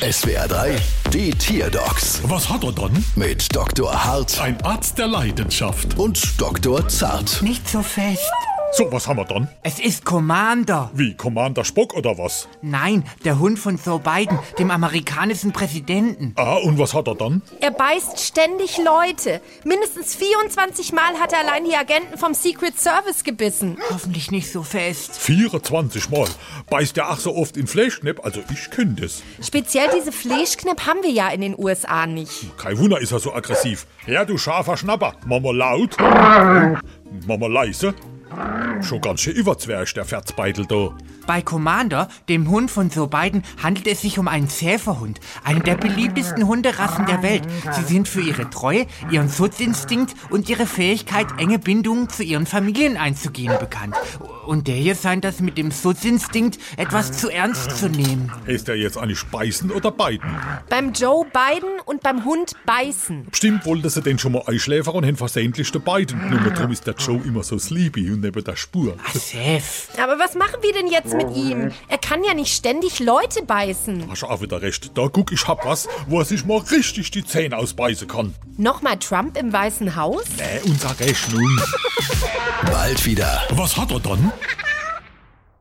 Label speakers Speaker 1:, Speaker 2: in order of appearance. Speaker 1: SWR 3, die Tierdocs
Speaker 2: Was hat er dann?
Speaker 1: mit Dr. Hart
Speaker 2: Ein Arzt der Leidenschaft.
Speaker 1: und Dr. Zart.
Speaker 3: Nicht so fest.
Speaker 2: So, was haben wir dann?
Speaker 3: Es ist Commander.
Speaker 2: Wie, Commander Spock oder was?
Speaker 3: Nein, der Hund von Joe Biden, dem amerikanischen Präsidenten.
Speaker 2: Ah, und was hat er dann?
Speaker 4: Er beißt ständig Leute. Mindestens 24 Mal hat er allein die Agenten vom Secret Service gebissen.
Speaker 3: Hoffentlich nicht so fest.
Speaker 2: 24 Mal. Beißt er ach so oft in Fleischknepp? Also ich kenn das.
Speaker 4: Speziell diese Fleischknepp haben wir ja in den USA nicht.
Speaker 2: Kein Wunder ist er so aggressiv. Ja, du scharfer Schnapper. Mama laut. Mama leise. Schon ganz schön Überzwerg, der Ferzbeitel da.
Speaker 3: Bei Commander, dem Hund von Joe Biden, handelt es sich um einen Schäferhund, einen der beliebtesten Hunderassen der Welt. Sie sind für ihre Treue, ihren Schutzinstinkt und ihre Fähigkeit, enge Bindungen zu ihren Familien einzugehen, bekannt. Und der hier scheint das mit dem Schutzinstinkt etwas zu ernst zu nehmen.
Speaker 2: Ist er jetzt eigentlich beißen oder beiden?
Speaker 4: Beim Joe Biden und beim Hund beißen.
Speaker 2: Bestimmt wollte sie den schon mal einschläfern und haben versehentlich den beiden genommen. Drum ist der Joe immer so sleepy und neben der Spur.
Speaker 3: Ah, Chef.
Speaker 4: Aber was machen wir denn jetzt mit ihm? Er kann ja nicht ständig Leute beißen.
Speaker 2: Hast auch wieder recht. Da guck, ich hab was, wo er sich mal richtig die Zähne ausbeißen kann.
Speaker 4: Nochmal Trump im Weißen Haus?
Speaker 2: Äh, unsere Rechnung.
Speaker 1: Bald wieder.
Speaker 2: Was hat er dann?